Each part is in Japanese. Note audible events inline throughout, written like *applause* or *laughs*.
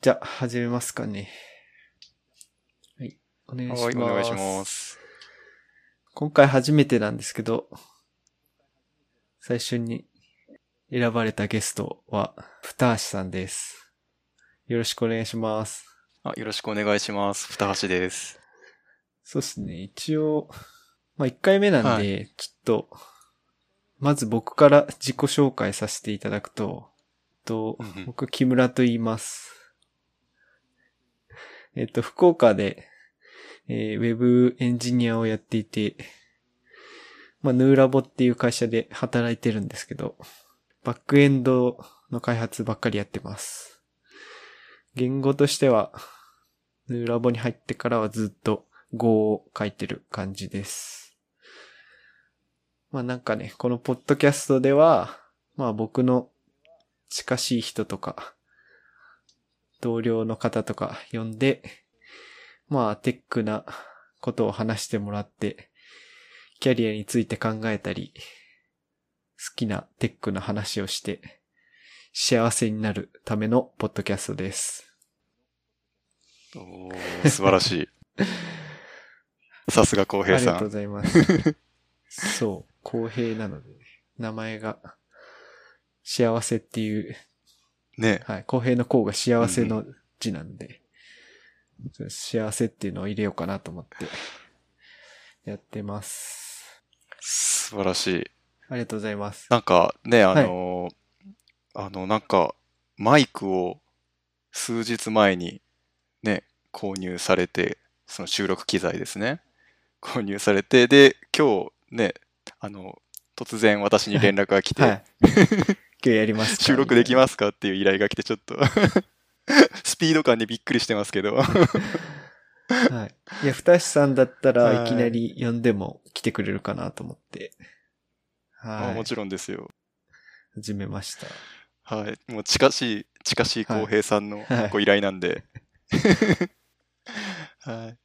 じゃあ、始めますかね。はい。お願いします。はい、お願いします。今回初めてなんですけど、最初に選ばれたゲストは、ふたーしさんです。よろしくお願いします。あ、よろしくお願いします。ふたはしです。そうですね。一応、まあ、1回目なんで、はちょっと、まず僕から自己紹介させていただくと、とうんうん僕、木村と言います。 *laughs* えっと、福岡で、えーウェブエンジニアをやっていて、まあ、ヌーラボっていう会社で働いてるんですけど、バックエンドの開発ばっかりやってます。言語としては、ヌーラボに入ってからはずっと Go を書いてる感じです。まあなんかね、このポッドキャストでは、まあ僕の近しい人とか、同僚の方とか呼んで、まあテックなことを話してもらって、キャリアについて考えたり、好きなテックの話をして、幸せになるためのポッドキャストです。おー素晴らしい。さすが浩平ありがさとうんご。ざい *laughs* ます。そう、公平なので、名前が、幸せっていう、ね。はい、公平の公が幸せの字なんで、そう幸せっていうのを入れようかなと思って、やってます。素晴らしい。ありがとうございます。なんかね、あのー、あの、なんか、マイクを数日前にね、購入されて、その収録機材ですね。購入されて、で、今日ね、あの、突然私に連絡が来はい。 *laughs* て、今日やりますか収録できす。ますかっていう依頼が来て、ちょっと、 *laughs* スピード感にびっくりしてますけど。はい。いや、ふたしさんだったはらいいきなり呼んでも来てくれるかなと思って、まあはもい。ちろんですよ。始めました。はい。もう近しい、近しいはい浩平さんのはいご依頼な *laughs* んで。はい。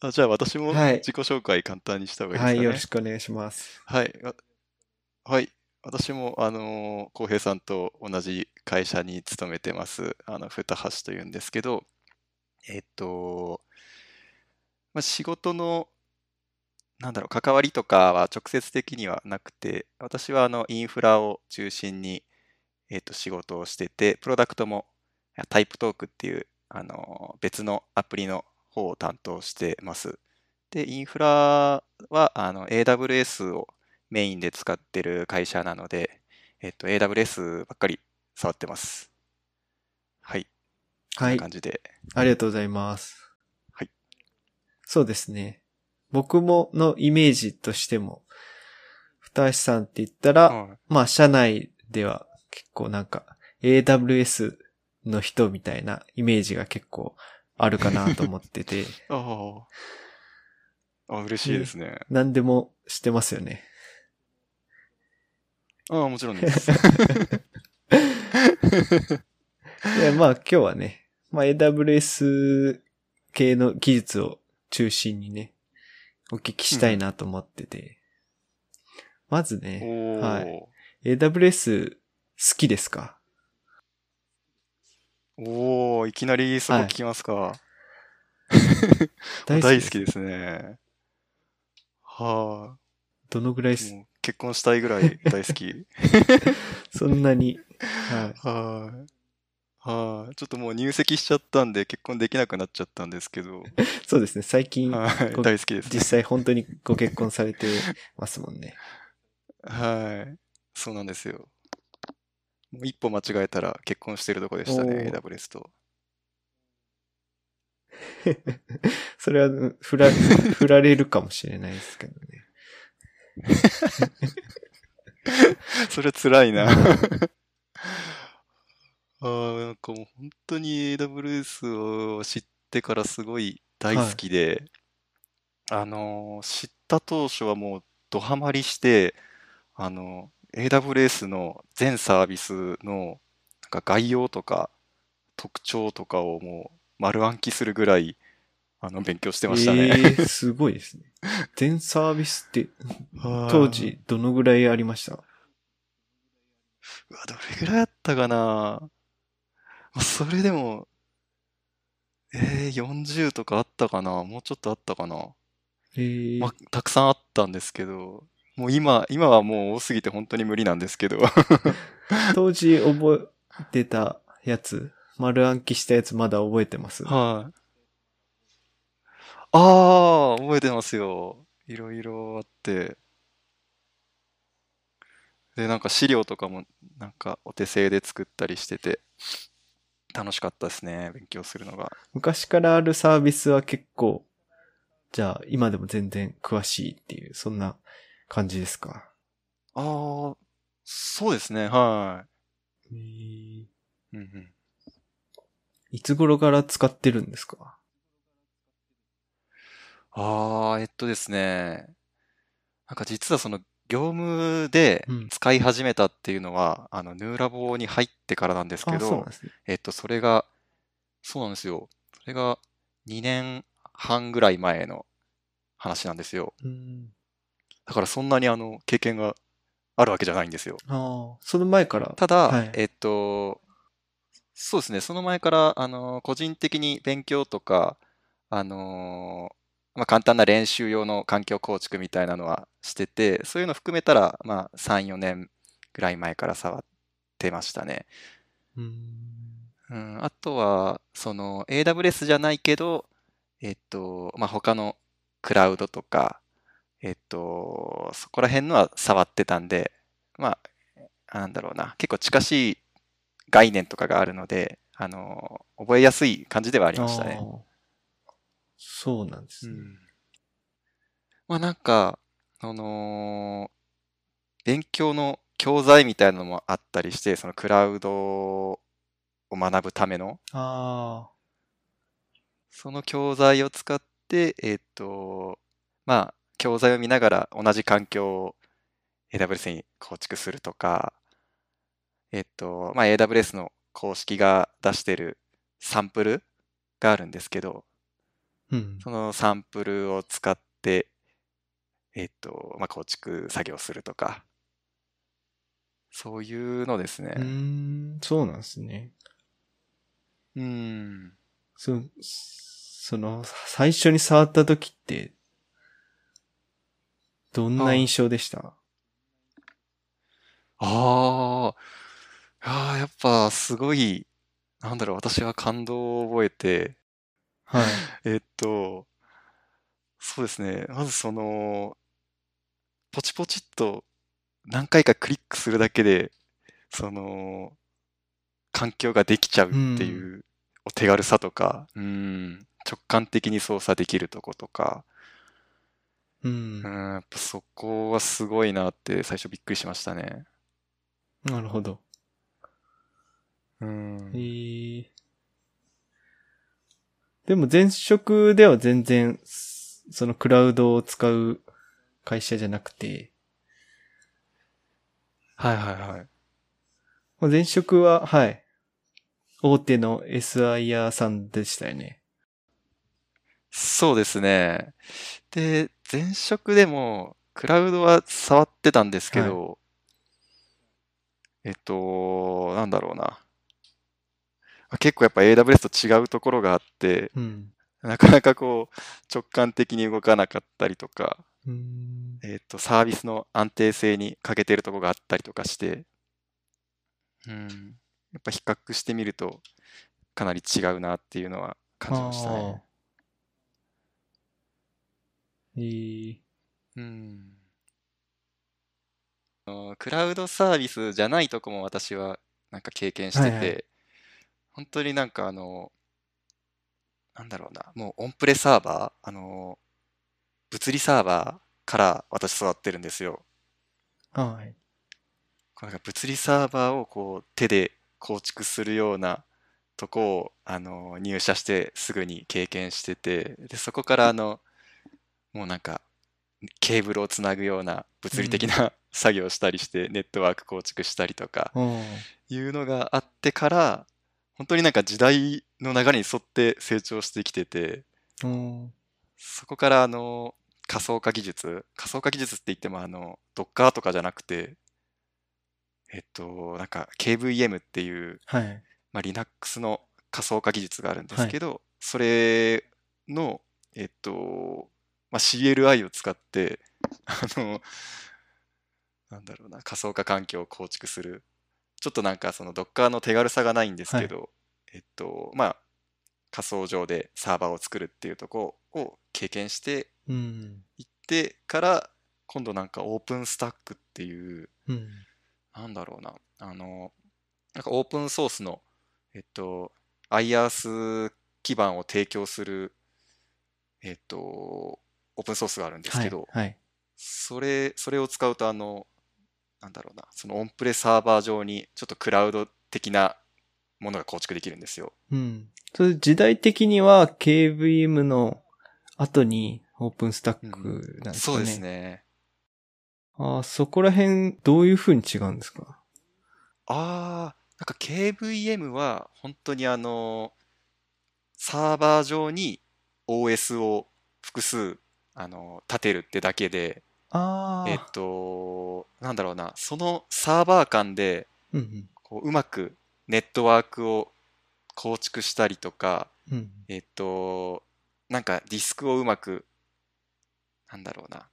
あ、じゃあ私もはい自己紹介簡単にした方がはいい、いよでろすしくお願いします。かね。はい。わはい。私も、あのー、浩平さんと同じ会社に勤めてます。あの、ふたはしというんですけど、えっと、まあ、仕事の、なんだろう、関わりとかは直接的にはなくて、私はあのインフラを中心に、えっと、仕事をしてて、プロダクトもあタイプトークっていう、あの、別のアプリの方を担当してます。で、インフラは、あの、AWS をメインで使ってる会社なので、えっと、AWS ばっかり触ってます。はい、こんは。ない感じで。ありがとうございます。はい。そうですね。僕ものイメージとしても、ふたしさんって言ったら、はいまあ、社内では結構なんか AWS の人みたいなイメージが結構あるかなと思って *laughs* て、ああ。あ、嬉しいですね。何でもしてますよね。ああ、もちろん *laughs* です。いや、まあ今日はね、まあ AWS 系の技術を中心にね、お聞きしたいなと思ってて。まずおね、お、はい、AWS 好きですかおお、いきなりそこはい聞きますか。大大す好きですね。はどのぐらいあ、すもう結婚したいぐらい大好 *laughs* き。そんなに。 *laughs* ははい。はい。ちょっともう入籍しちゃったんで結婚できなくなっちゃったんですけど、い。そうですね、最近、はい。こ大好きですね実。際本当にご結婚されてますもんね。はい。そうなんですよ。もう一歩間違えたら結婚してるとこでしたね、おー AWS と。それは、うん振ら、 *laughs* 振られるかもしれないですけどね。 *laughs* それ辛いな。あーなんかもう本当に AWS を知ってからすごい大好きで、あのー、知った当初はもうドハマりして、あの、AWS の全サービスのなんか概要とか特徴とかをもう丸暗記するぐらい、あの、勉強してましたね。えーすごいですね。全サービスって当時どのぐらいありましたうわ、どれぐらいあったかなまあそれでも、えー、40とかあったかなもうちょっとあったかなえー、まあ、たくさんあったんですけど、もう今、今はもう多すぎて本当に無理なんですけど、当時覚えてたやつ、丸暗記したやつまだ覚えてます。はい。ああ、覚えてますよ。いろいろあって。で、なんか資料とかも、なんかお手製で作ったりしてて、楽しかったですね、勉強するのが。昔からあるサービスは結構、じゃあ今でも全然詳しいっていう、そんな感じですか。ああ、そうですね、はえーい。うんうん。いつ頃から使ってるんですかああ、えっとですね。なんか実はその業務でうん使い始めたっていうのは、あの、ヌーラボに入ってからなんですけあ、そうなんど、ですね。えっと、それが、そうなんですよ。それが2年半ぐらい前の話なんですよ。うん。だからそんなにあの、経験があるわけじゃないんですよ。ああ、その前から。ただ、はいえっと、そうですね、その前から、あの、個人的に勉強とか、あの、まあ、簡単な練習用の環境構築みたいなのはしてて、そういうの含めたら、まあ、3、4年ぐらい前から触ってましたね。うん。うん、あとは、その AWS じゃないけど、えっと、まあ、他のクラウドとか、えっと、そこら辺のは触ってたんで、まあ、なんだろうな、結構近しい概念とかがあるので、あの、覚えやすい感じではありましたね。ああそうなんですね。まあなんか、その、勉強の教材みたいなのもあったりして、そのクラウドを学ぶための、ああ、その教材を使って、えっと、まあ、教材を見ながら同じ環境を AWS に構築するとか、えっと、まあ、AWS の公式が出してるサンプルがあるんですけど、うん。そのサンプルを使って、えっと、まあ、構築作業するとか、そういうのですうーね。ん、そうなんですね。うん。そその、最初に触った時って、どんな印象でしたああ、ああ、やっぱすごい、なんだろう、私は感動を覚えて、 *laughs* はい。えっと、そうですね、まずその、ポチポチっと何回かクリックするだけで、その、環境ができちゃうっていうお手軽さとか、うん、直感的に操作できるとことか、ううんん、。やっぱそこはすごいなって最初びっくりしましたね。なるほど。うん。えーでも前職では全然、s- そのクラウドを使う会社じゃなくて、はいはいはい。まあ前職は、はい。大手の SIR さんでしたよね。そうですね。で、前職でも、クラウドは触ってたんですけど、えっと、なんだろうな。結構やっぱ AWS と違うところがあって、うん。なかなかこう、直感的に動かなかったりとか、うーんえっと、サービスの安定性に欠けてるところがあったりとかして、うん、やっぱ比較してみると、かなり違うなっていうのは感じましたね。あーえーうん。あのクラウドサービスじゃないとこも私はなんか経験してはいはてい、本当になんかあの、なんだろうな、もうオンプレサーバー、あの、物理サーバーから私育ってるんですよ。はい。こうなんか物理サーバーをこう手で構築するようなとこをあの入社してすぐに経験しててでそこからあのもうなんかケーブルをつなぐような物理的な作業をしたりしてネットワーク構築したりとかおーいうのがあってから本当になんか時代の流れに沿って成長してきてておそこからあの仮想化技術、仮想化技術って言ってもあの Docker とかじゃなくて、えっと、なんか KVM っていうーはい。まあ、Linux の仮想化技術があるんですけど、それの、えっと、まあ、CLI を使って、あの、なんだろうな、仮想化環境を構築する。ちょっとなんかその Docker の手軽さがないんですけど、えっと、まあ、仮想上でサーバーを作るっていうところを経験してうん。いってから、今度なんかオープンスタックっていう、うん。なんだろうな、あの、なんかオープンソースの、えっと、IaaS 基盤を提供する、えっと、オープンソースがあるんですけど、はい。はい。それ、それを使うと、あの、なんだろうな、そのオンプレサーバー上に、ちょっとクラウド的なものが構築できるんですよ。うん。それ時代的には KVM の後にオープンスタックなんですかね。そうです。ね。ああ、そこら辺どういう風に違うんですかあー、なんか KVM は、本当にあの、サーバー上に OS を複数、あの、立てるってだけで、ああ。えっと、なんだろうな、そのサーバー間で、うんこう、うまくネットワークを構築したりとか、うん。うん。えっと、なんかディスクをうまく、なんだろうな、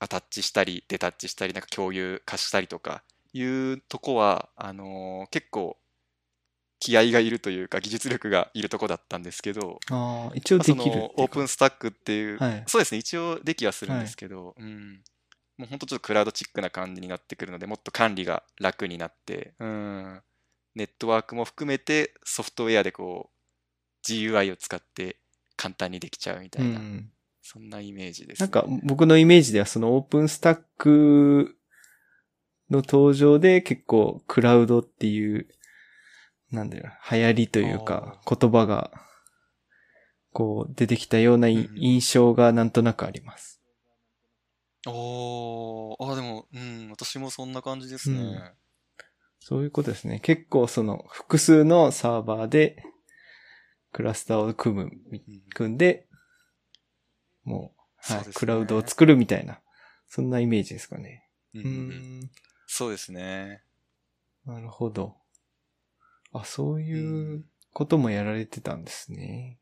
アタッチしたり、デタッチしたり、なんか共有化したりとかいうとこは、あのー結構気合がいるというか、技術力がいるとこだったんですけど、ああ、一応まあでそきるっていうのか。オープンスタックっていう、はいそうですね、一応できはするんはいですけど、うん、もう本当ちょっとクラウドチックな感じになってくるので、もっと管理が楽になって、うん、ネットワークも含めてソフトウェアでこう、GUI を使って簡単にできちゃうみたいな、うん。そんなイメージですなね。んか僕のイメージではそのオープンスタックの登場で結構クラウドっていう、なんだよ、流行りというか言葉がこう出てきたようなうんういん印象がなんとなくあります。おー、あ、でも、うん、私もそんな感じですね。うんそういうことですね。結構その複数のサーバーでクラスターを組む、うん組んで、もう、そうはでいすねクラウドを作るみたいな、そんなイメージですかね。ううんうんうんんそうですね。なるほど。あ、そういううんこともやられてたんですね。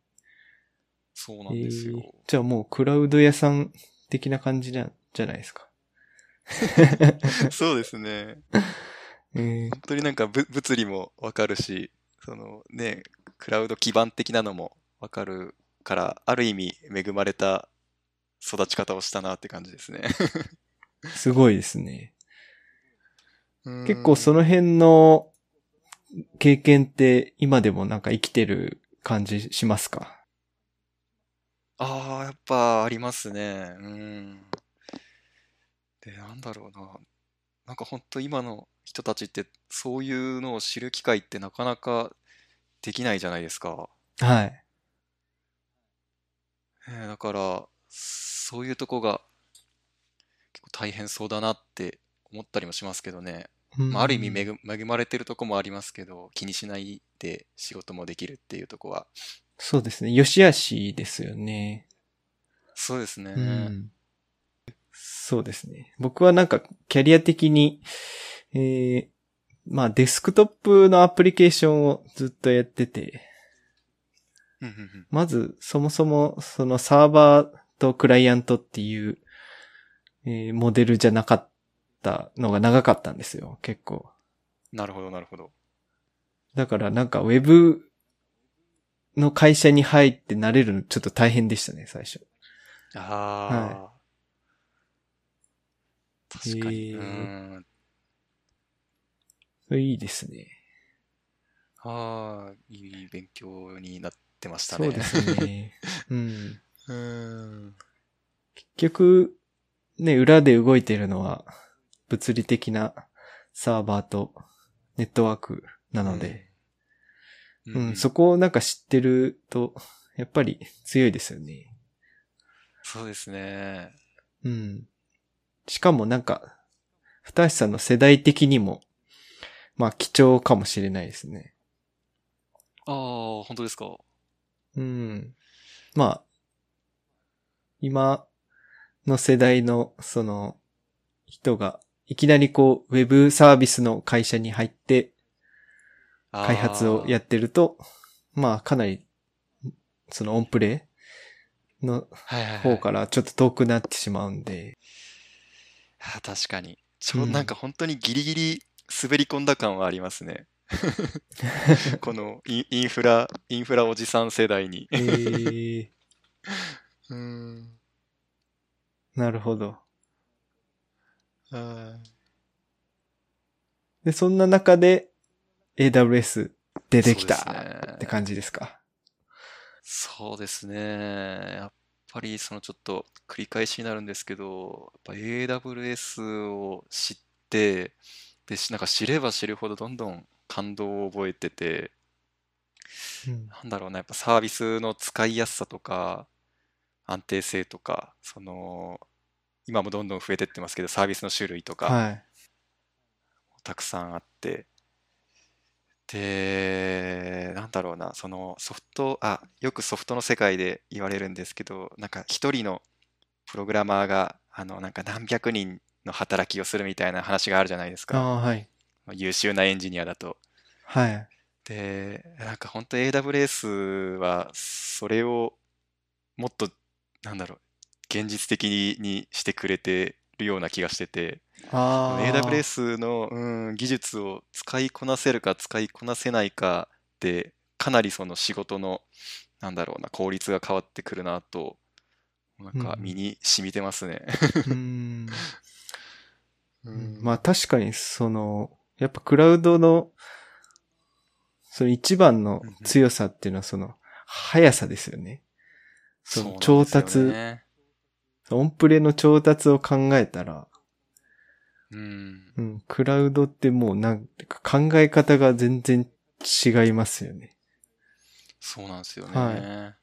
そうなんですよ。えーじゃあもうクラウド屋さん的な感じじゃじゃないですか。 *laughs* そうですね。えー *laughs* 本当になんかぶ物理もわかるし、そのね、クラウド基盤的なのもわかるから、ある意味恵まれた育ち方をしたなって感じですね。すごいですね。結構その、の辺の経験って今でもなんか生きてる感じしますかああ、やっぱありますね。うん。で、なんだろうな。なんか本当今の人たちってそういうのを知る機会ってなかなかできないじゃないですか。はい。ねえだから、そういうとこが結構大変そうだなって思ったりもしますけどね。まあ、ある意味め恵恵まれてるとこもありますけど、気にしないで仕事もできるっていうとこは。そうですね。よしあしですよね。そうですね。うんそうですね。僕はなんかキャリア的に、えーまあデスクトップのアプリケーションをずっとやってて、うんうんうんまずそもそもそのサーバーとクライアントっていう、えーモデルじゃなかったのが長かったんですよ、結構。なるほど、なるほど。だからなんかウェブの会社に入って慣れるのちょっと大変でしたね、最初。ああ。確かに。へえうん。それいいですね。ああ、いい勉強になってましたそうねで。すね。 *laughs* うん。うん。結局、ね、裏で動いてるのは、物理的なサーバーとネットワークなので、ううん、うんん、うんそこをなんか知ってると、やっぱり強いですよね。そうですね。うん。しかもなんか、二橋さんの世代的にも、まあ貴重かもしれないですね。ああ、本当ですか。うん。まあ、今の世代の、その、人が、いきなりこう、ウェブサービスの会社に入って、開発をやっってると、まあかなり、そのオンプレイの方からちょっと遠くなってしまうんで、あ確かに。ちょ、うんなんか本当にギリギリ滑り込んだ感はありま *laughs* すね。 *laughs* このインインフラ、インフラおじさん世代に。えー、うん。 *laughs* なるほど。あで、そんな中で AWS 出てきたそうですねって感じですか。そうですね。やっぱりそのちょっと繰り返しになるんですけど、やっぱ AWS を知って、で、しなんか知れば知るほどどんどん感動を覚えてて、うんなんだろうな、やっぱサービスの使いやすさとか、安定性とか、その、今もどんどん増えてってますけど、サービスの種類とか、はい。たくさんあって、で、なんだろうな、そのソフト、あ、よくソフトの世界で言われるんですけど、なんか一人のプログラマーが、あの、なんか何百人の働きをするみたいな話があるじゃないですあか。あ、はい。優秀なエンジニアだと。はい。で、なんか本当 AWS はそれをもっと、なんだろう、現実的ににしてくれてるような気がしてて、ああ。 AWS の、うん、技術を使いこなせるか使いこなせないかで、かなりその仕事の、なんだろうな、効率が変わってくるなと、なんか身に染みてますね。うん。うんまあ確かにその、やっぱクラウドの、その一番の強さっていうのはその、速さですよね。そのそう調なんですよ達、ね。オンプレの調達を考えたら、うん。うん、クラウドってもうなんか考え方が全然違いますよね。そうなんですよはいね。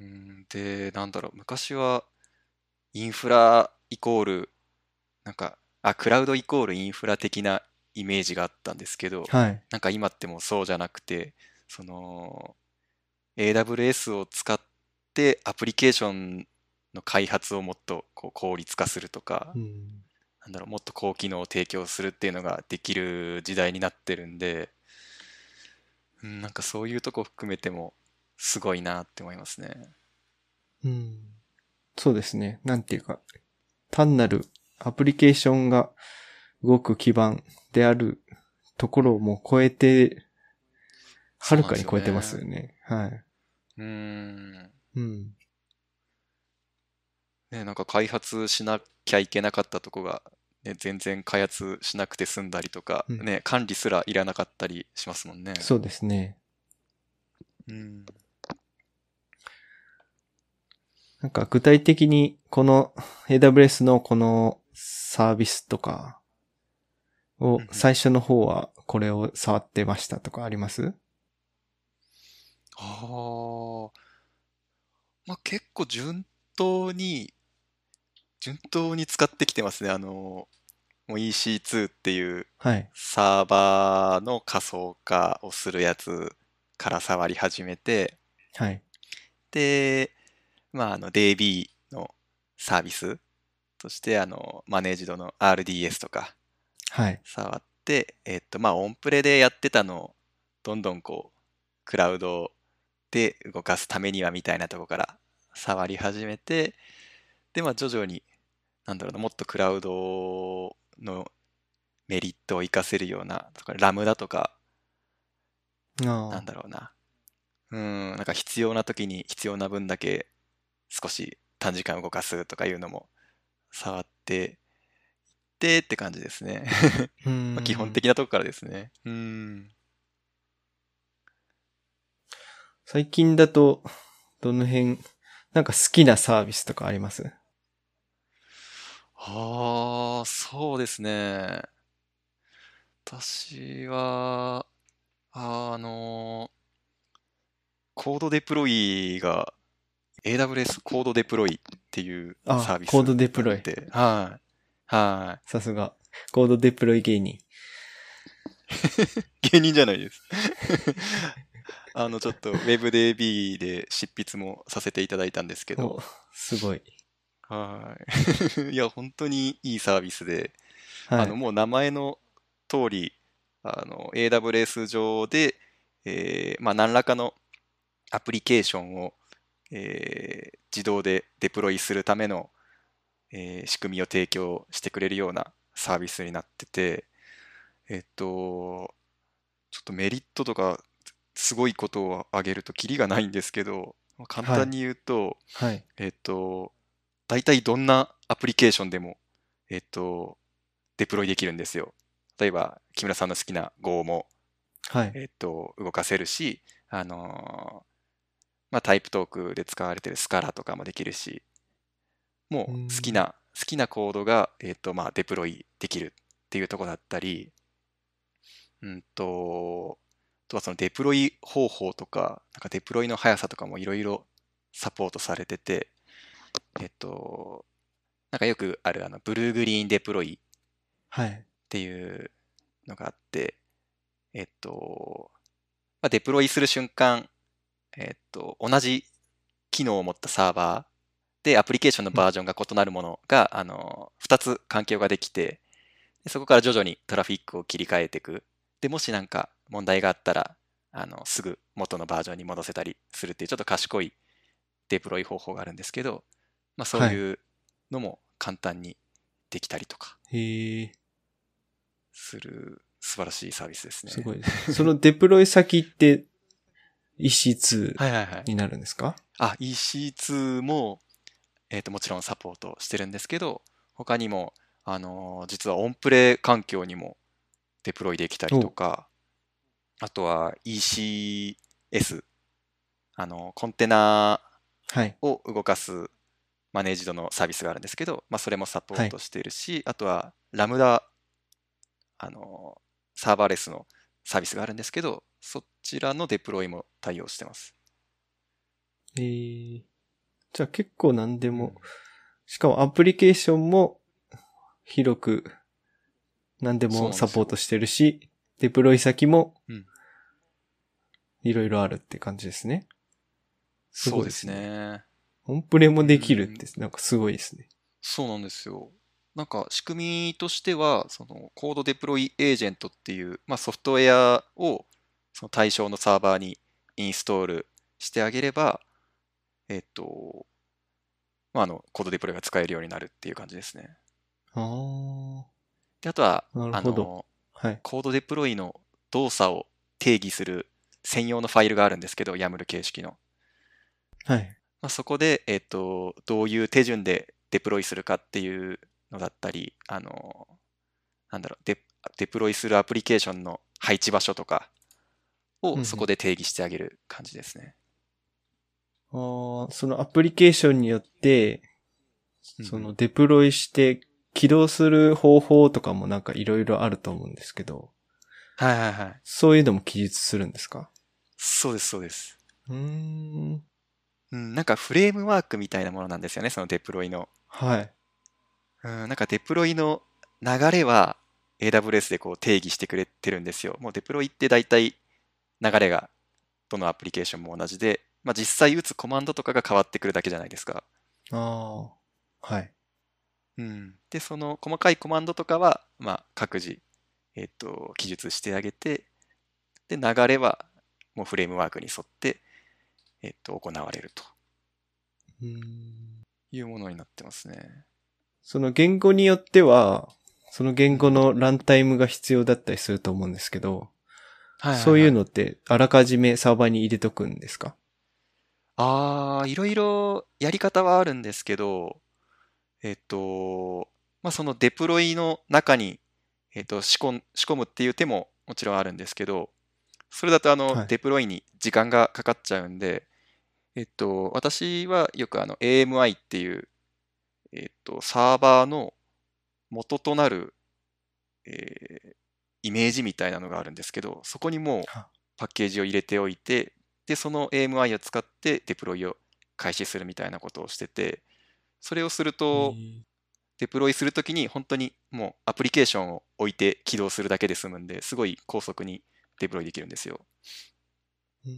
うん、で、なんだろう、昔はインフライコール、なんか、あ、クラウドイコールインフラ的なイメージがあったんですけど、はい。なんか今ってもうそうじゃなくて、その、AWS を使ってアプリケーションの開発をもっとこう効率化するとかう、ん。なんだろう、もっと高機能を提供するっていうのができる時代になってるんで、うん、なんかそういうとこ含めてもすごいなって思いますね。うん。そうですね。なんていうか、単なるアプリケーションが動く基盤であるところをもう超えて、はるかに超えてますよね。はい。うん。うん。ね、なんか開発しなきゃいけなかったとこが、ね、全然開発しなくて済んだりとか、うんね、管理すらいらなかったりしますもんね。そうですね。うん。なんか具体的にこの AWS のこのサービスとかをうんうん最初の方はこれを触ってましたとかありますああ、まあ、結構順当に、順当に使ってきてますね。あの、もう EC2 っていうはい。サーバーの仮想化をするやつから触り始めて、はい。で、まあ、あの DB のサービスとして、あの、マネージドの RDS とか、はい。触って、えっと、まあ、オンプレでやってたのを、どんどんこう、クラウドで動かすためにはみたいなとこから触り始めて、で、まあ、徐々に、なんだろうな、もっとクラウドのメリットを活かせるような、とか、ラムだとか、なあんだろうな。うん、なんか必要な時に必要な分だけ少し短時間動かすとかいうのも触っていってって感じですね。あ。うん *laughs* まあ基本的なとこからですね。うん。最近だと、どの辺、なんか好きなサービスとかありますああ、そうですね。私は、あの、コードデプロイが、AWS コードデプロイっていうサあービスコードデプロイがあってはい。はさすが。コードデプロイ芸人。い。芸人じゃないです。あの、ちょっと WebDB で執筆もさせていただいたんですけど、おすごい。 *laughs* はい。いや、本当にいいサービスで、はあの、もう名前の通り、あの AWS 上で、えーまあ、何らかのアプリケーションを、えー自動でデプロイするための、えー仕組みを提供してくれるようなサービスになってて、えっと、ちょっとメリットとかすごいことを挙げるとキリがないんですけど、まあ簡単に言うと、はい。えっと、大体どんなアプリケーションでも、えっと、デプロイできるんですよ。例えば、木村さんの好きな Go も、はい。えっと、動かせるし、あのーまあ、タイプトークで使われてるスカラとかもできるし、もううん好きな、好きなコードが、えっと、まあ、デプロイできるっていうところだったり、うんと、あとはそのデプロイ方法とか、なんかデプロイの速さとかもいろいろサポートされてて、えっと、なんかよくあるあの、ブルーグリーンデプロイはい。っていうのがあって、えっと、まあ、デプロイする瞬間、えっと、同じ機能を持ったサーバーでアプリケーションのバージョンが異なるものが、あの、2つ環境ができて、でそこから徐々にトラフィックを切り替えていく。で、もしなんか問題があったら、あの、すぐ元のバージョンに戻せたりするっていうちょっと賢いデプロイ方法があるんですけど、まあそういうのも簡単にできたりとか。へえ、する素晴らしいサービスですね。すごいですそのデプロイ先って、EC2 はいはいはい。になるんですかあ、EC2 も、えっともちろんサポートしてるんですけど、他にも、あのー実はオンプレ環境にもデプロイできたりとか、あとは ECS、あのコンテナはい。を動かすマネージドのサービスがあるんですけど、まあ、それもサポートしているし、あとはラムダあのサーバーレスのサービスがあるんですけどそちらのデプロイも対応してますええ。じゃあ結構何でも、しかもアプリケーションも広く何でそうなんもですよサポートしてるし、デプロイ先もうんいろいろあるって感じですね。すごそういでですすねねオンプレもできるっうて、なんかすごいですね。そうなんですよなんか仕組みとしてはそのコードデプロイエージェントっていう、まあ、ソフトウェアをその対象のサーバーにインストールしてあげればえっとまあ、あのコードデプロイが使えるようになるっていう感じですね。あで、あとは、なるあほどの、あ。はい。コードデプロイの動作を定義する専用のファイルがあるんですけど、YAML 形式の。はい。まあ、そこで、えっと、どういう手順でデプロイするかっていうのだったり、あの、なんだろう、デ、デプロイするアプリケーションの配置場所とかうんうをんそこで定義してあげる感じですね。あーそのアプリケーションによって、うんそのデプロイして起動する方法とかもなんかいろいろあると思うんですけど、はいはいはい。そういうのも記述するんですかそうです、そうです。うーん。うん、なんかフレームワークみたいなものなんですよね、そのデプロイの。はい。うん、なんかデプロイの流れは AWS でこう定義してくれてるんですよ。もうデプロイって大体流れがどのアプリケーションも同じで、まあ、実際打つコマンドとかが変わってくるだけじゃないですか。ああ。はい。うん、で、その細かいコマンドとかは、まあ、各自、えっと、記述してあげて、で、流れはもうフレームワークに沿って、えっと、行われるとうーんいうものになってますね。その言語によっては、その言語のランタイムが必要だったりすると思うんですけど、はいはいはいそういうのってあらかじめサーバーに入れとくんですかああ、いろいろやり方はあるんですけど、えっと、まあ、そのデプロイの中に、えっと、仕込む、仕込むっていう手ももちろんあるんですけど、それだとあの、はいデプロイに時間がかかっちゃうんで、えっと、私はよくあの、AMI っていう、えっと、サーバーの元となる、えーイメージみたいなのがあるんですけど、そこにもうはパッケージを入れておいて、で、その AMI を使ってデプロイを開始するみたいなことをしてて、それをすると、デプロイするときに本当にもうアプリケーションを置いて起動するだけで済むんで、すごい高速にデプロイできるんですよ。うーん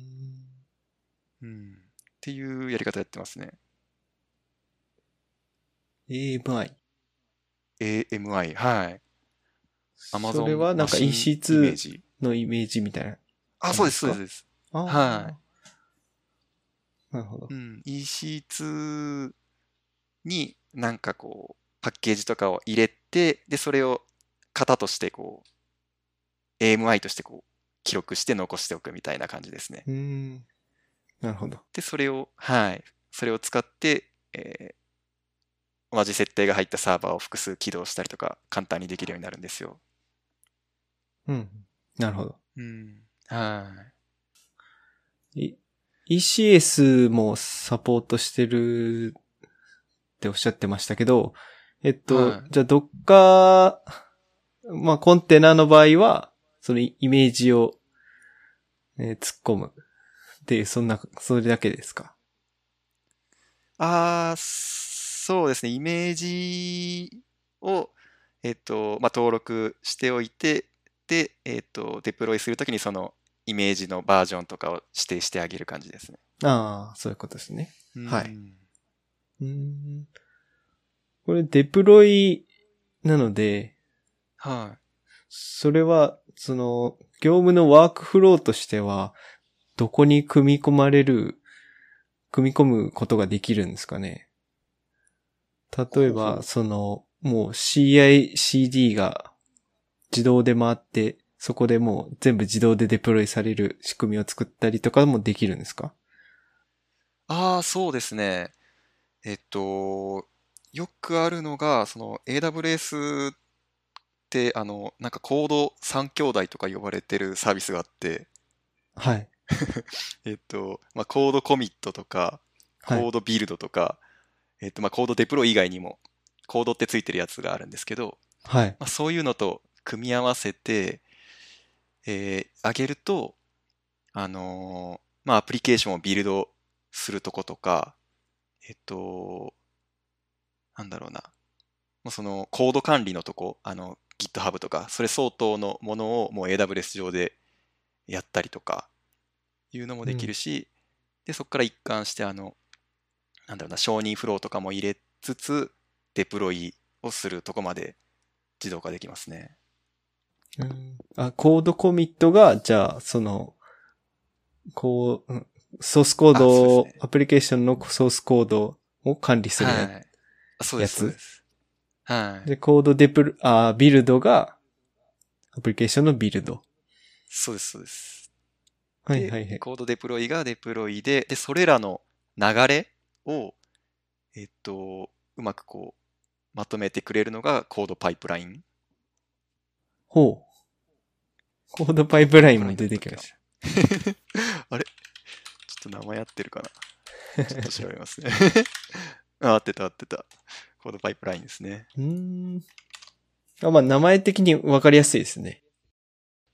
うん。っていうやり方やってますね。 AMI。 AMI。はい。 Amazon それはなんかマシンイメー EC2 ジのイメージみたいな。あ、そうです、そうですそうです。あーはなるほどう。ん、EC2 になんかこうパッケージとかを入れてでそれを型としてこう AMI としてこう記録して残しておくみたいな感じですね。うーん。なるほど。でそれをはいそれを使って、えー同じ設定が入ったサーバーを複数起動したりとか簡単にできるようになるんですよ。うん。なるほど。うん、はい。い ECS もサポートしてるっておっしゃってましたけど、えっと、はいじゃあ Docker、まあコンテナの場合は、そのイイメージを、えー突っ込む。で、そんな、それだけですか。ああ、そうですね。イメージを、えっと、まあ、登録しておいて、で、えっと、デプロイするときにそのイメージのバージョンとかを指定してあげる感じですね。ああ、そういうことですね。はいうんうーん。これデプロイなので、はい。それは、その、業務のワークフローとしては、どこに組み込まれる、組み込むことができるんですかね。例えほうほば、うその、もう CI、CD が自動で回って、そこでもう全部自動でデプロイされる仕組みを作ったりとかもできるんですかああ、そうですね。えっと、よくあるのが、その AWS って、あの、なんかコード3兄弟とか呼ばれてるサービスがあって、はい。えっと、まあ、コードコミットとか、コはいードビルドとか、えっと、まあ、コードデプロイ以外にも、コードってついてるやつがあるんですけど、はい。まあ、そういうのと組み合わせて、えー、あげると、あのーまあ、アプリケーションをビルドするとことか、えっと、なんだろうな、もうそのコード管理のとこ、あの、GitHub とか、それ相当のものをもう AWS 上でやったりとか、いうのもできるし、で、そこから一貫して、あの、なんだろうな、承認フローとかも入れつつ、デプロイをするとこまで自動化できますね。うんあ、コードコミットが、じゃあ、その、こううん、ソースコードあそうをですね、アプリケーションのソースコードを管理するやつ。はい。あそうです、やつそうです。はい。で、コードデプル、あ、ビルドが、アプリケーションのビルド。そうです、そうです。はいはいはでい。コードデプロイがデプロイで、で、それらの流れを、えっと、うまくこう、まとめてくれるのがコードパイプライン。 *laughs* ほう。コードパイプラインも出てきました。あれちょっと名前合ってるかなちょっと調べますね。 *laughs* あ、合ってた合ってた。コードパイプラインですね。うーん。あ、まあ、名前的にわかりやすいですね。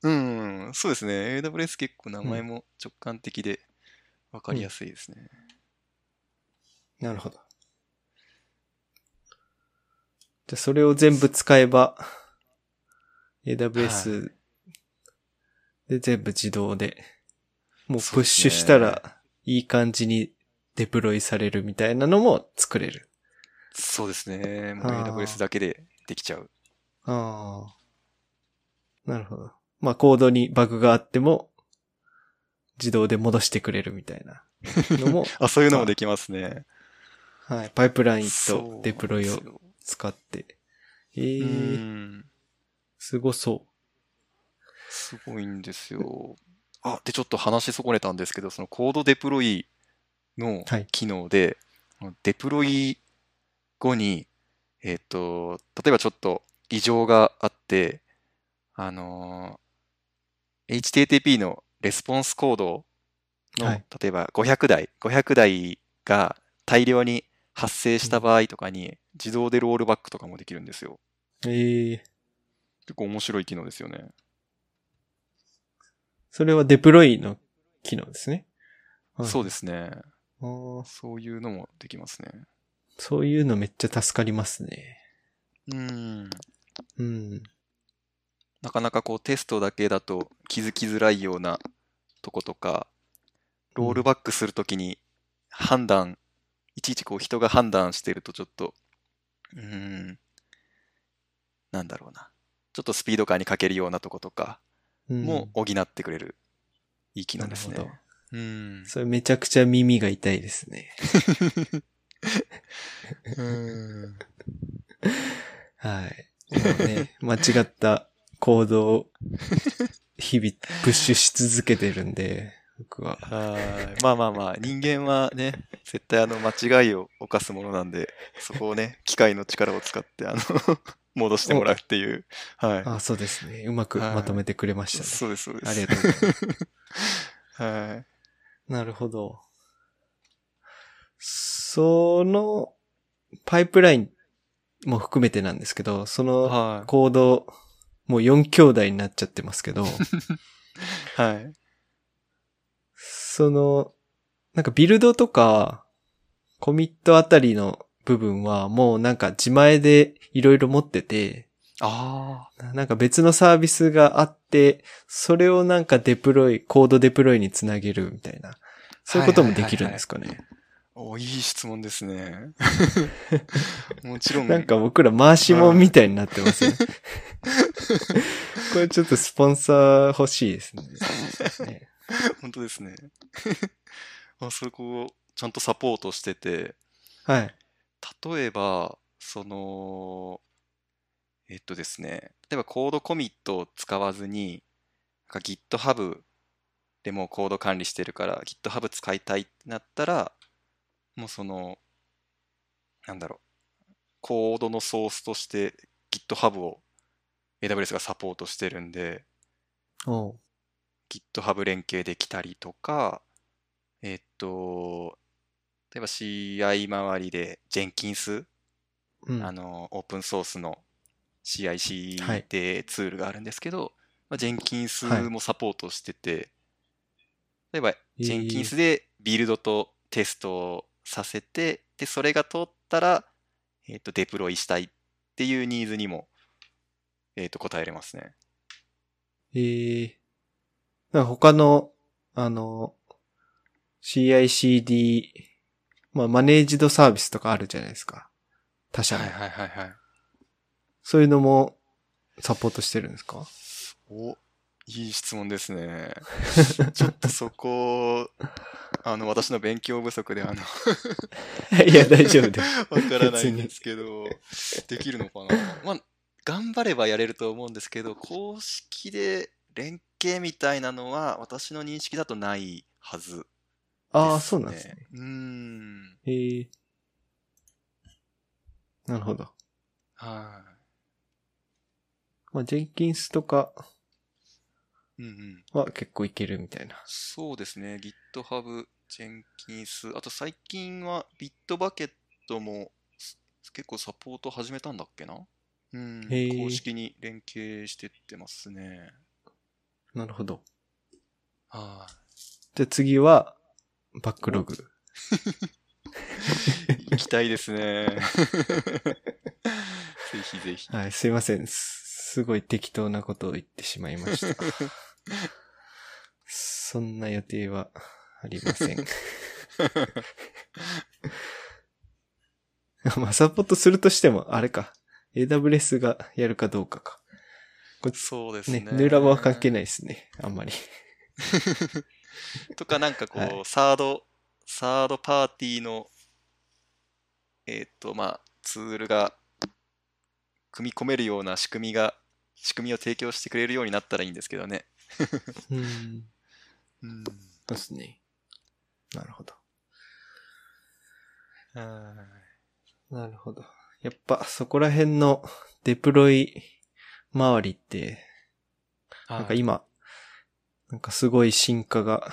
うん、そうですね。AWS 結構名前も直感的で分かりやすいですね。なるほど。じゃあ、それを全部使えば、は AWS で全部自動で、もうそうプッですねシュしたら、いい感じにデプロイされるみたいなのも作れる。そうですね。もうあー AWS だけでできちゃう。ああ。なるほど。まあ、コードにバグがあっても、自動で戻してくれるみたいなの *laughs* も、あ、そういうのもできますね。はい、パイプラインそうとデプロイなをんですよ使って。ええうーん。すごそすごいんですよ。あ、で、ちょっと話し損ねたんですけど、そのコードデプロイのはい機能で、デプロイ後に、えっと、例えばちょっと異常があって、あのー HTTP のレスポンスコードの、はい例えば500台、500台が大量に発生した場合とかに、自動でロールバックとかもできるんですよ。う。ええ結構面白い機能ですよね。それはデプロイの機能ですね。。そうですすね。あーそういうのもできますね。そういうのめっちゃ助かりますね。うん。うん。なかなかこうテストだけだと気づきづらいようなとことか、ロールバックするときに判断、いちいちこう人が判断してるとちょっと、うん、なんだろうな。ちょっとスピード感に欠けるようなとことかうんも補ってくれる、いい機能ですなるねほ。うん *laughs* ど。それめちゃくちゃ耳が痛いですね。うんはい。 *laughs* ね、間違った行動を日々プッシュし続けてるんで、僕は。はいまあまあまあ、人間はね、絶対あの間違いを犯すものなんで、そこを *laughs* ね、機械の力を使って、あの、 *laughs* 戻してもらうっていう。はあ、そうですね。うまくはいまとめてくれまい。したね。そうです、そうです。ありがとうございます。はい。なるほど。その、パイプラインも含めてなんですけど、そのは行動、もう4兄弟になっちゃってますけど、い。はい。その、なんかビルドとか、コミットあたりの部分はもうなんか自前でいろいろ持ってて、あななんか別のサービスがあって、それをなんかデプロイ、コードデプロイにつなげるみたいな。そういうこともできるんですかね。あ、お、いい質問ですね。 *laughs* もちろん。なんか僕ら回しもんみたいになってますね。これちょっとスポンサー欲しいですね。本当ですね。 *laughs* あそこをちゃんとサポートしてて、はい。例えば、その、えっとですね、例えばコードコミットを使わずに、なんか GitHub でもうコード管理してるから GitHub 使いたいってなったら、もうその、なんだろう、コードのソースとして GitHub を AWS がサポートしてるんで、おう GitHub 連携できたりとか、えっと、例えば CI 周りで Jenkins うん。あの、オープンソースの CIC はいでツールがあるんですけど、まあ、ジェンキンスはいもサポートしてて、例えば、えージェンキンスでビルドとテストをさせて、で、それが通ったら、えっ、と、デプロイしたいっていうニーズにも、えっ、と、答えれますね。ええなんか他の、あの、CICD、まあ、マネージドサービスとかあるじゃないですか。他社の。はいはいはい。そういうのもサポートしてるんですかお、いい質問です *laughs* ね。ちょっとそこ、あの、私の勉強不足で、あの、 *laughs* いや、大丈夫です。わからないんですけど、できるのかな。 *laughs* まあ、頑張ればやれると思うんですけど、公式で連携みたいなのは、私の認識だとないはず、 *laughs* ああ、そうなんですね。。うーん。ええなるほど。はまあ、ジェンキンスとかい。うんうん。は結構いけるみたいな。そうですね。GitHub、Jenkins、あと最近は Bitbucket もす結構サポート始めたんだっけなうん。へー公式に連携してってますね。なるほど。はい。じゃあ次は、バックログ。行きたいです *laughs* ね。ぜひぜひ。はい、すいません。すすごい適当なことを言ってしまいま *laughs* した。そんな予定はありま *laughs* せん。まあ、サポートするとしても、あれか。AWS がやるかどうかか。そうですね。ね、ヌーラボは関係ないですね。あんまり。とかなんかこう、はいサード、サードパーティーの、えっ、と、まあ、ツールが組み込めるような仕組みが、仕組みを提供してくれるようになったらいいんですけどね。うん。うん。そうですね。なるほど。なるほど。やっぱ、そこら辺のデプロイ周りって、なんか今、なんかすごい進化が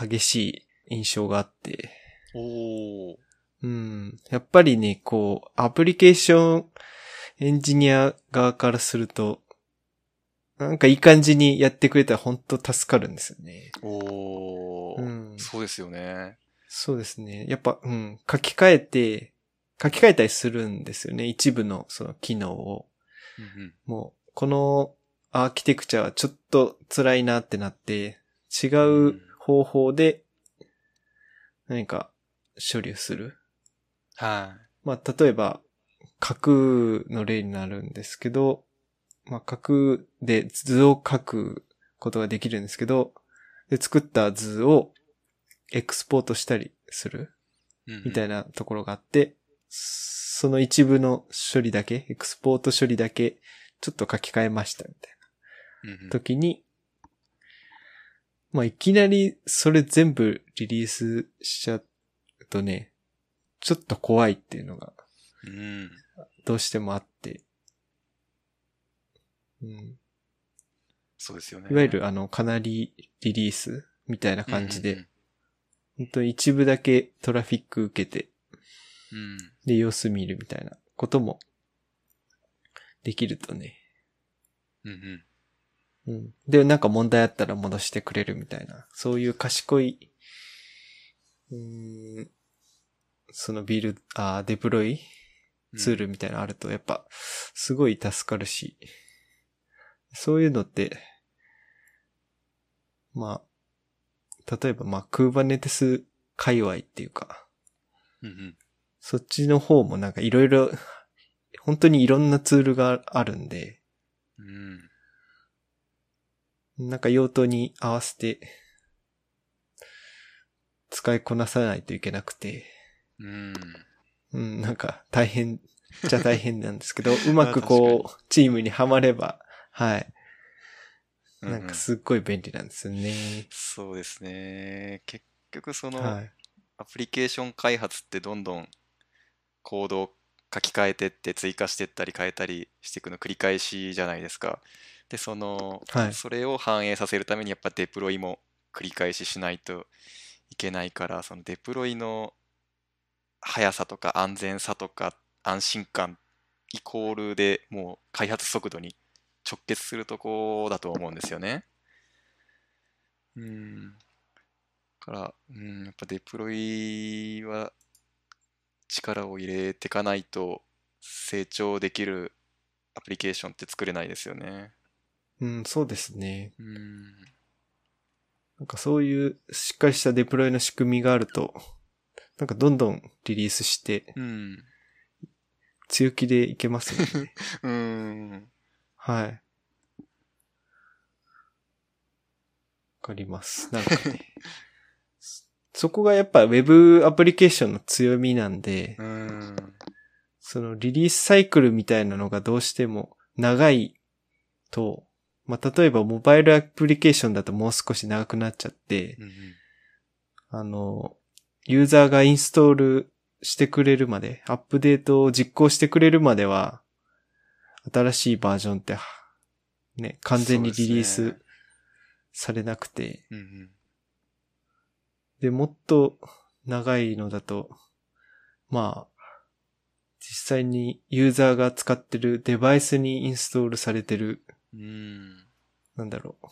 激しい印象があって、おー。うん。やっぱりね、こう、アプリケーションエンジニア側からすると、なんかいい感じにやってくれたら本当助かるんですよね。おー。うん。そうですよね。そうですね。やっぱ、うん、書き換えて、書き換えたりするんですよね。一部のその機能を。うんうんもう、このアーキテクチャはちょっと辛いなってなって、違ううん方法で何か処理をする。はい。まあ、例えば、核の例になるんですけど、まあ、書くで図を書くことができるんですけど、で、作った図をエクスポートしたりするみたいな。なところがあって、その一部の処理だけ、エクスポート処理だけ、ちょっと書き換えましたみたいうんな時に、まあ、いきなりそれ全部リリースしちゃうとね、ちょっと怖いっていうのがうん。うんどうしてもあって、うん、そうですよね。いわゆるあの、かなりリリースみたいな感じで、うんうん本当に一部だけトラフィック受けて、うん。で、様子見るみたいなこともできるとね。うんうん。うん。で、なんか問題あったら戻してくれるみたいな、そういう賢い、うーん、そのビル、あーデプロイうんツールみたいなのあると、やっぱ、すごい助かるし、そういうのって、まあ、例えば、まあ、クーバネテス界隈っていうか、うんうん。そっちの方もなんかいろいろ、本当にいろんなツールがあるんで、うん。なんか用途に合わせて、使いこなさないといけなくて、うん。うん、なんか大変じゃ大変なんですけど、う *laughs* まくまあこう、チームにはまれば、はい、うなんかすっごい便利なんですよね。そうですね。結局その、はい。アプリケーション開発ってどんどんコードを書き換えてって追加してったり変えたりしていくの繰り返しじゃないですか。で、その、はいそれを反映させるためにやっぱデプロイも繰り返ししないといけないから、そのデプロイの速さとか安全さとか安心感イコールでもう開発速度に直結するとこだと思うんですよね。うん。から、うん、やっぱデプロイは力を入れていかないと成長できるアプリケーションって作れないですよね。うん、そうですね。うん。なんかそういうしっかりしたデプロイの仕組みがあると、なんかどんどんリリースして、うん。強気でいけますよね。うん。はい。わかります。なんかね。そそこがやっぱ Web アプリケーションの強みなんで、うん。そのリリースサイクルみたいなのがどうしても長いと、まあ、例えばモバイルアプリケーションだともう少し長くなっちゃって、うんあの、ユーザーがインストールしてくれるまで、アップデートを実行してくれるまでは、新しいバージョンって、はね、完全にリリーそうですスねされなくて、でうん。もっと長いのだと、まあ、実際にユーザーが使ってるデバイスにインストールされてる、うん。なんだろう。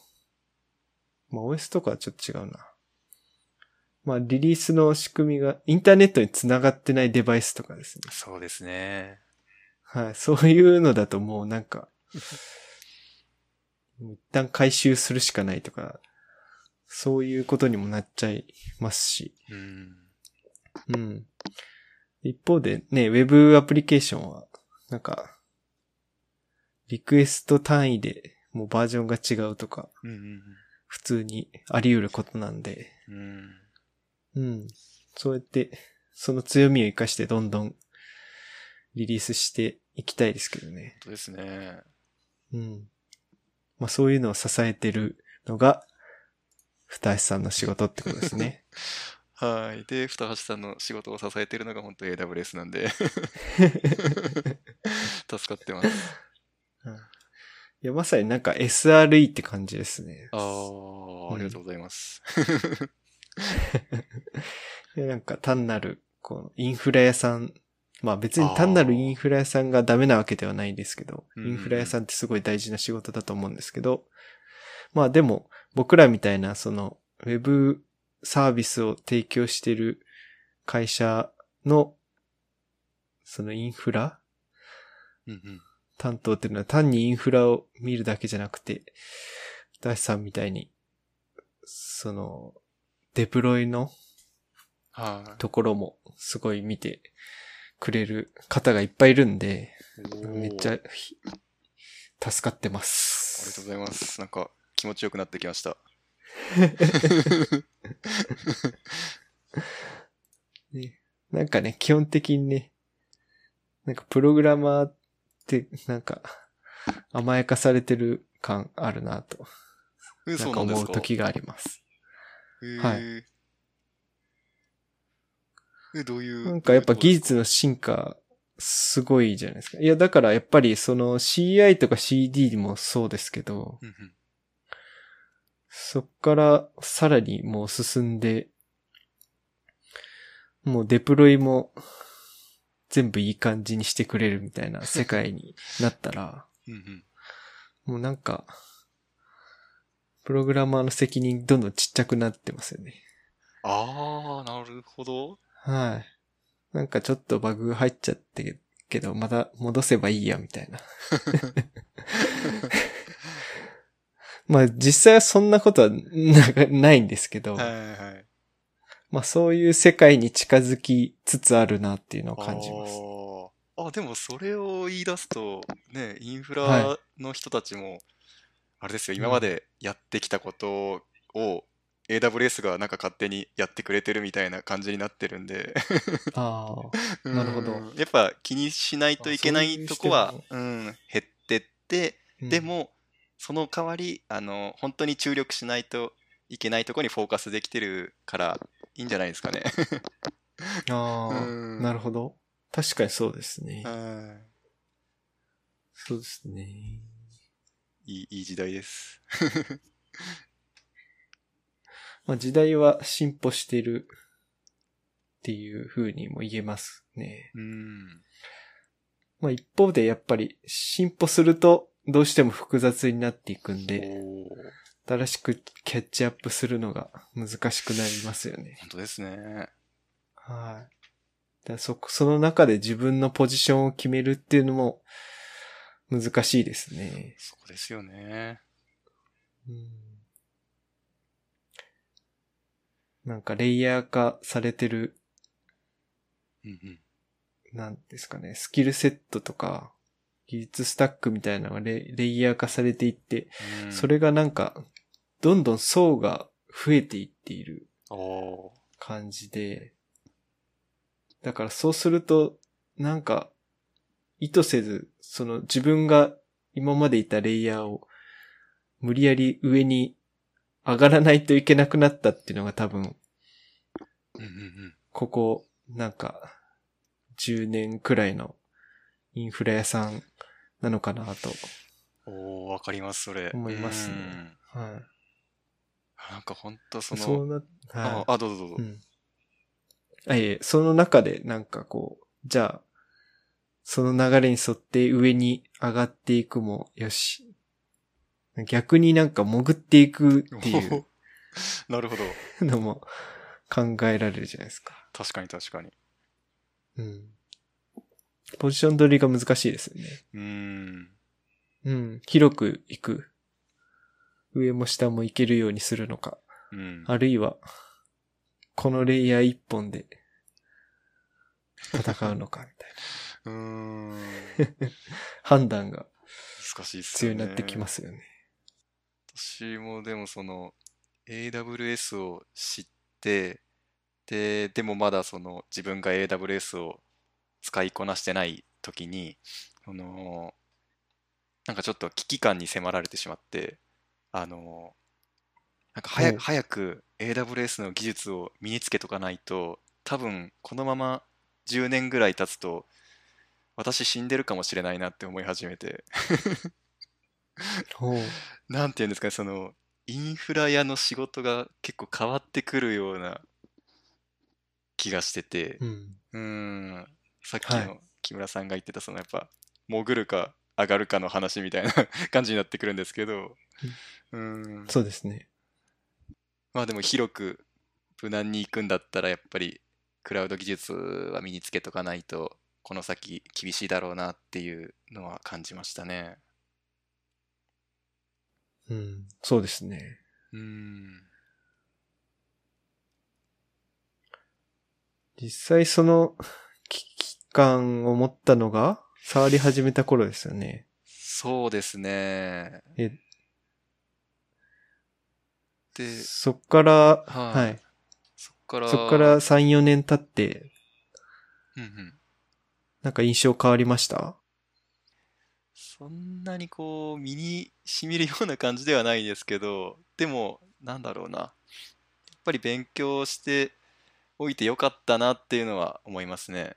まあ OS とかはちょっと違うな。まあリリースの仕組みがインターネットにつながってないデバイスとかですね。そうですね。はい。そういうのだともうなんか、もう一旦回収するしかないとか、そういうことにもなっちゃいますし。うん。うん。一方でね、Web アプリケーションは、なんか、リクエスト単位でもうバージョンが違うとか、うん。普通にあり得ることなんで、うん。うん。そうやって、その強みを活かしてどんどんリリースしていきたいですけどね本。当ですね。うん。まあそういうのを支えてるのが、ふたさんの仕事ってことですね。はい。で、二橋さんの仕事を支えているのが本当 AWS なん *laughs* で助かってます。うんいや、まさになんか SRE って感じですね。ああ、うんありがとうございます。いやなんか単なる、こう、インフラ屋さん。まあ別に単なるインフラ屋さんがダメなわけではないですけど、あーインフラ屋さんってすごい大事な仕事だと思うんですけど、まあでも僕らみたいなそのウェブサービスを提供してる会社のそのインフラ *laughs* うんうん担当っていうのは単にインフラを見るだけじゃなくて、ダシさんみたいに、その、デプロイのはい。ところもすごい見てくれる方がいっぱいいるんで、めっちおゃー、ひ助かってまありがとうす。ございます。なんか気持ちよくなってき *laughs* ました。ねなんかね、基本的にね、なんかプログラマーって、なんか、甘やかされてる感あるなと、うんなそんうかなんで思すうか。時があります。へはいーえ、どういう。なんかやっぱ技ど術の進化、すごいじゃないですか。いや、だからやっぱりその CI とか CD もそうですけど、ういうことですか。うんうんそっからさらにもう進んで、もうデプロイも全部いい感じにしてくれるみたいな世界になった *laughs* ら、うんうんもうなんか、プログラマーの責任どんどんちっちゃくなってますよね。ああ、なるほど。はい。なんかちょっとバグ入っちゃってけど、また戻せばいいや、みた *laughs* いな。 *laughs* まあ実際はそんなことはなんかないんですけど、はいはいはい。まあそういう世界に近づきつつあるなっていうのを感じます。あーあ、でもそれを言い出すと、ね、インフはラの人たちも、あれですよ、今までやってきたことを AWS がなんか勝手にやってくれてるみたいな感じになってるんで、ああ、なるほど。うんやっぱ気にしないといけないとこは、うん、減ってって、うんで、も、その代わり、あの、本当に注力しないといけないとこにフォーカスできてるから、いいんじゃないですかね。ああ、うんなるほど。確かにそうですね。うんそうですね。いい、いい時代です。まあ時代は進歩してるっていう風にも言えますね。うん。まあ一方でやっぱり進歩するとどうしても複雑になっていくんで、おー新しくキャッチアップするのが難しくなりますよね。本当ですね。はい。だからそこ、その中で自分のポジションを決めるっていうのも難しいですね。そこですよね。うんなんかレイヤー化されてる、うんうん。なんですかね、スキルセットとか、技術スタックみたいなのがレレイヤー化されていって、うんそ。れがなんか、どんどん層が増えていっているおー感じで、だからそうすると、なんか、意図せず、その自分が今までいたレイヤーを無理やり上に上がらないといけなくなったっていうのが多分、うんうんうん。ここ、なんか、10年くらいのインフラ屋さんなのかなと。おーわかります、それ。思いますねうんはなんか本当そい。の、そうな、あは、あ、どうぞどうぞい。う。ん。あ、いえいえ、その中でなんかこう、じゃあ、その流れに沿って上に上がっていくもよし。逆になんか潜っていくってい *laughs* おうーなるほど。のも考えられるじゃないですか。確かに確かに。うん。ポジション取りが難しいですよね。うん。うん。広く行く。上も下も行けるようにするのか。うん。あるいは、このレイヤー一本で戦うのか、みたいなうーん。 *laughs* 判断が難しいっす必よ要ね。。になってきますすよね。私もでもその、AWS を知って、で、でもまだその自分が AWS を使いこなしてない時に、その、なんかちょっと危機感に迫られてしまって、あの、なんか早おうく、早く AWS の技術を身につけとかないと、多分このまま10年ぐらい経つと、私死んでるかもしれないなって思い始めて、ほう。なんていうんですかね、その、インフラ屋の仕事が結構変わってくるような気がしてて、うん。うーん、さっきはいの木村さんが言ってた、そのやっぱ、潜るか上がるかの話みたいな *laughs* 感じになってくるんですけど、うーん、そうですね。まあでも広く無難に行くんだったら、やっぱりクラウド技術は身につけとかないと、この先厳しいだろうなっていうのは感じましたね。うん。そうですね。うーん、実際その危機感を持ったのが、触り始めた頃ですよね。そうですね。え、で、そっから、はい。はい。そっから、そっから3、4年経って、うんうん。なんか印象変わりましたそんなにこう、身に染みるような感じではないですけど、でも、なんだろうな。やっぱり勉強しておいてよかったなっていうのは思いますね。やっ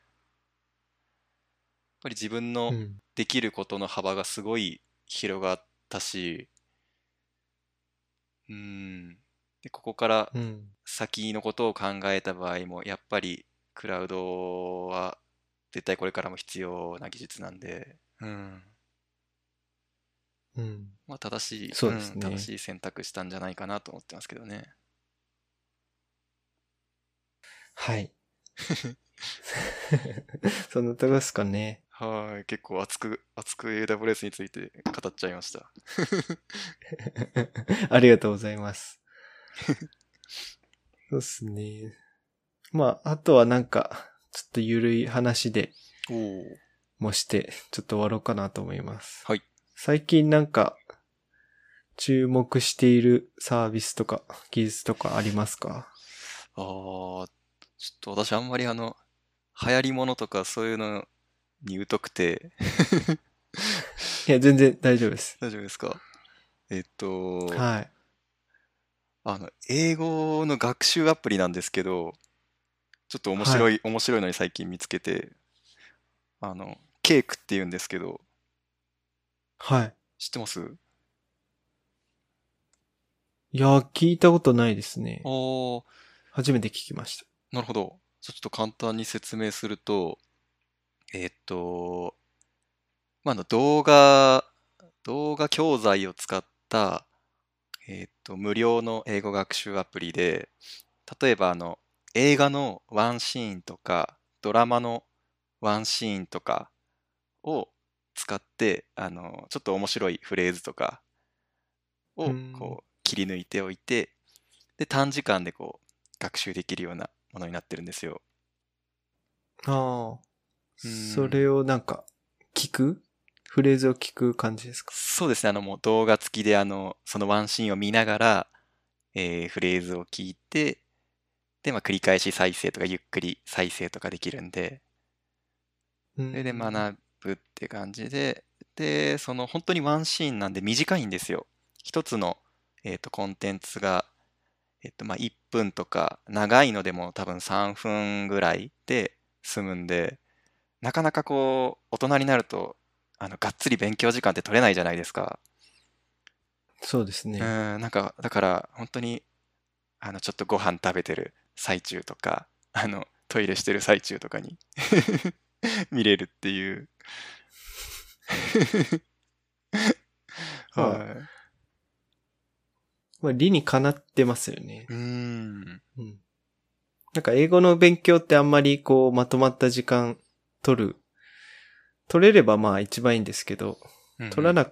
ぱり自分のうん。できることの幅がすごい広がったし、うん。で、ここからうん。先のことを考えた場合も、やっぱりクラウドは絶対これからも必要な技術なんで、うん。うん。まあ、正しい、そうですんね正しい選択したんじゃないかなと思ってますけどね。はい。 *laughs* そんなとこですかね。はい、結構熱く、熱く AWS について語っちゃいました。 *laughs* ありがとうございます。 *laughs* そうですね。まあ、あとはなんか、ちょっとゆるい話でおお。もして、ちょっと終わろうかなと思います。はい。最近なんか、注目しているサービスとか、技術とかありますかああ、ちょっと私あんまりあの、流行りものとかそういうのに疎くて、いや、全然大丈夫です。大丈夫ですかえっと、はい。あの、英語の学習アプリなんですけど、ちょっと面白い、面白いのに最近見つけて、あの、ケークって言うんですけど、はい。知ってますいやー、聞いたことないですねあ。ー初めて聞きました。なるほど。ちょっと簡単に説明すると、えーっと、まあ、あの動画、動画教材を使った、えーっと、無料の英語学習アプリで、例えばあの、映画のワンシーンとか、ドラマのワンシーンとかを使って、あの、ちょっと面白いフレーズとかをうんこう切り抜いておいて、で、短時間でこう、学習できるようなものになってるんですよ。ああうん。それをなんか、聞くフレーズを聞く感じですかそうですね、あのもう動画付きであの、そのワンシーンを見ながら、えーフレーズを聞いて、で、まあ、繰り返し再生とかゆっくり再生とかできるんで、うそんれで学ぶって感じで、で、その本当にワンシーンなんで短いんですよ。一つの、えーと、コンテンツが、えっと、まあ、1分とか、長いのでも多分3分ぐらいで済むんで、なかなかこう、大人になると、あの、がっつり勉強時間って取れないじゃないですか。そうですうね。ん、なんか、だから、本当に、あの、ちょっとご飯食べてる最中とか、あの、トイレしてる最中とかに *laughs* 見れるっていう。はいはまあ、理にかなってますよねい。。うん。うん。なんか、英語の勉強ってあんまりこう、まとまった時間取る。取れればまあ一番いいんですけど、取らなな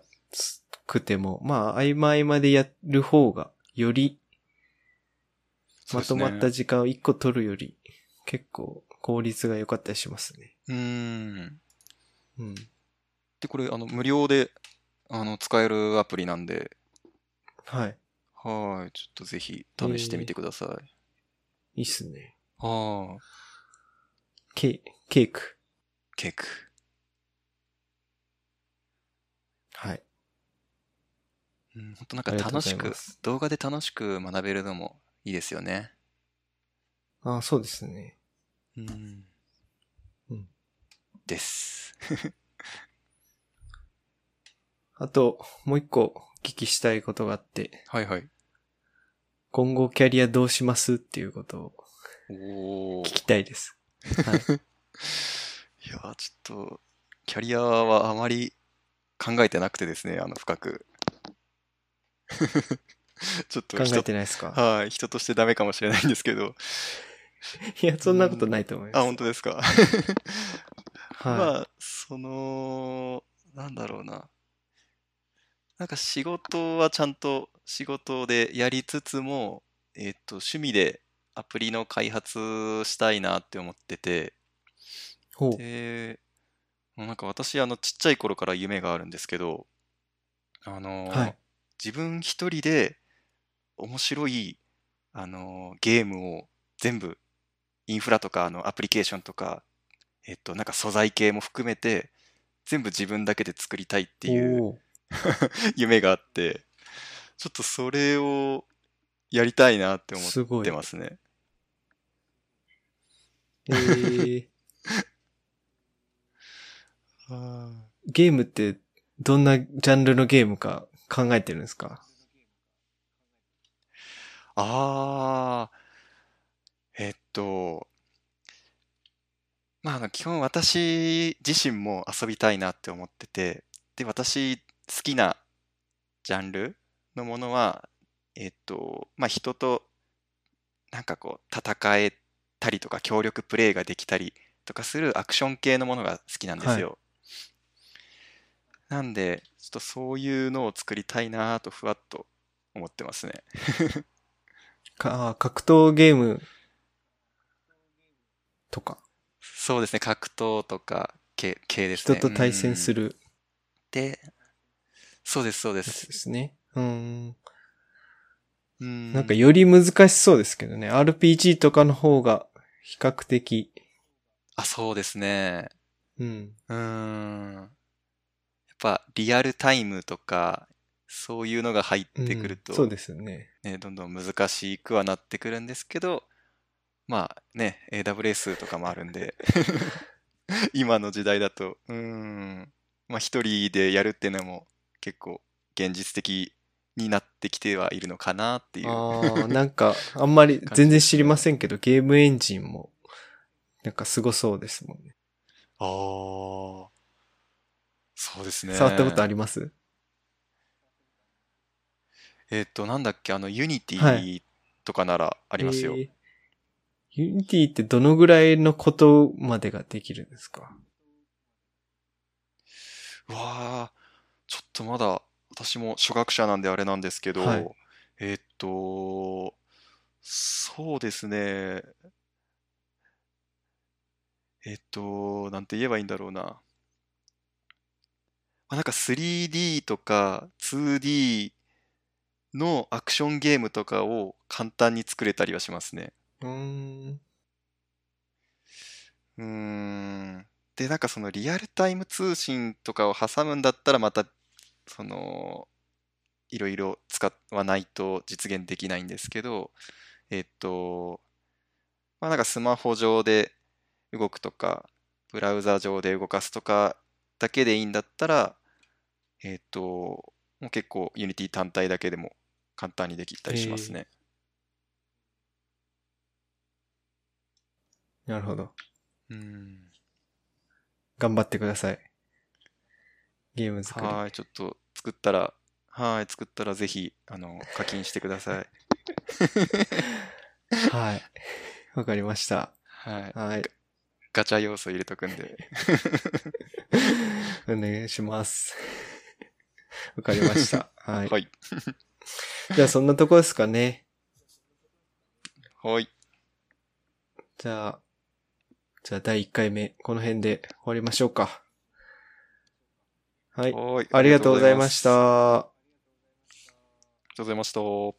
くても、まあ、合間合間でやる方が、より、まとまった時間を一個取るより、結構効率が良かったりしますね。うん。うん。で、これ、あの、無料で、あの、使えるアプリなんで、はい。はい。ちょっとぜひ、試してみてくださいい。いっすね。はあ。ケケーク。ケーク。はい。うん、本当なんかありがとうご楽ざいしまくす、動画で楽しく学べるのもいいですよね。ああ、そうですね。うん。うんです。あと、もう一個お聞きしたいことがあって、はいはい。今後キャリアどうしますっていうことをおお。い聞きたいです。やー、ちょっと、キャリアはあまり考えてなくてですね、あの、深く。 *laughs* ちょっと考人えてないですかはい、人としてダメかもしれないんですけど。いや、そんなことないと思います。あ、本当ですはか。い。まあ、その、なんだろうな。なんか仕事はちゃんと仕事でやりつつも、えっと、趣味でアプリの開発したいなって思ってて、ほう。で、もうなんか私、あの、ちっちゃい頃から夢があるんですけど、あの、はい自分一人で面白い、あの、ゲームを全部、インフラとか、あの、アプリケーションとか、えっと、なんか素材系も含めて、全部自分だけで作りたいっていうおー夢があって、ちょっとそれをやりたいなって思すごっいてますね。えー、あーゲームってどんなジャンルのゲームか考えてるんですかあー、えっと、まあ、あの基本私自身も遊びたいなって思ってて、で、私好きなジャンルのものは、えっと、まあ、人となんかこう、戦えたりとか、協力プレイができたりとかするアクション系のものが好きなんですはいよ。なんで、ちょっとそういうのを作りたいなとふわっと思ってますね。かあー格闘ゲームとか、そうですね、格闘とか系、系です人ね。と対戦する。るで、そうです、そうでやつす。ですね。うん。うん。なんかより難しそうですけどね。RPG とかの方が比較的、あ、そうですね。うん。うーん。やっぱ、リアルタイムとか、そういうのが入ってくるうと、んそうですよね。ね、どんどん難しくはなってくるんですけど、まあね、AWS とかもある *laughs* んで、今の時代だと、うーん、まあ一人でやるっていうのも結構現実的になってきてはいるのかなっていう。ああ、なんか、あんまり全然知りませんけど、ゲームエンジンも、なんかすごそうですもんね。 *laughs* あーそうですね。触ったことありますえっと、なんだっけ、あの、ユニテはィとかならあありますよ。ユニティってどのぐらいのことまでができるんですかうわあ、ちょっとまだ私も初学者なんであれなんですけど、はいえーっと、そうですね。えーっと、なんて言えばいいんだろうな。あ、なんか 3D とか 2D のアクションゲームとかを簡単に作れたりはしますね。うーん。うーん。で、なんかそのリアルタイム通信とかを挟むんだったらまた、その、いろいろ使わないと実現できないんですけど、えっと、まあなんかスマホ上で動くとか、ブラウザ上で動かすとかだけでいいんだったら、えっと、もう結構 Unity 単体だけでも簡単にできたりしますへーね。なるほど。うん。頑張ってください。ゲーム作り。はい、ちょっと作ったら、はい、作ったらぜひ、あの、課金してください。はい。 *laughs* わかりました。はい。 *laughs* はい。ガチャ要素入れとくんで。お願いします。わかりました。は。はいい。じゃあそんなとこですかね。はい。じゃあ、じゃあ第1回目、この辺で終わりましょうか。はい。はい。ありがとうございました。ありがとうございました。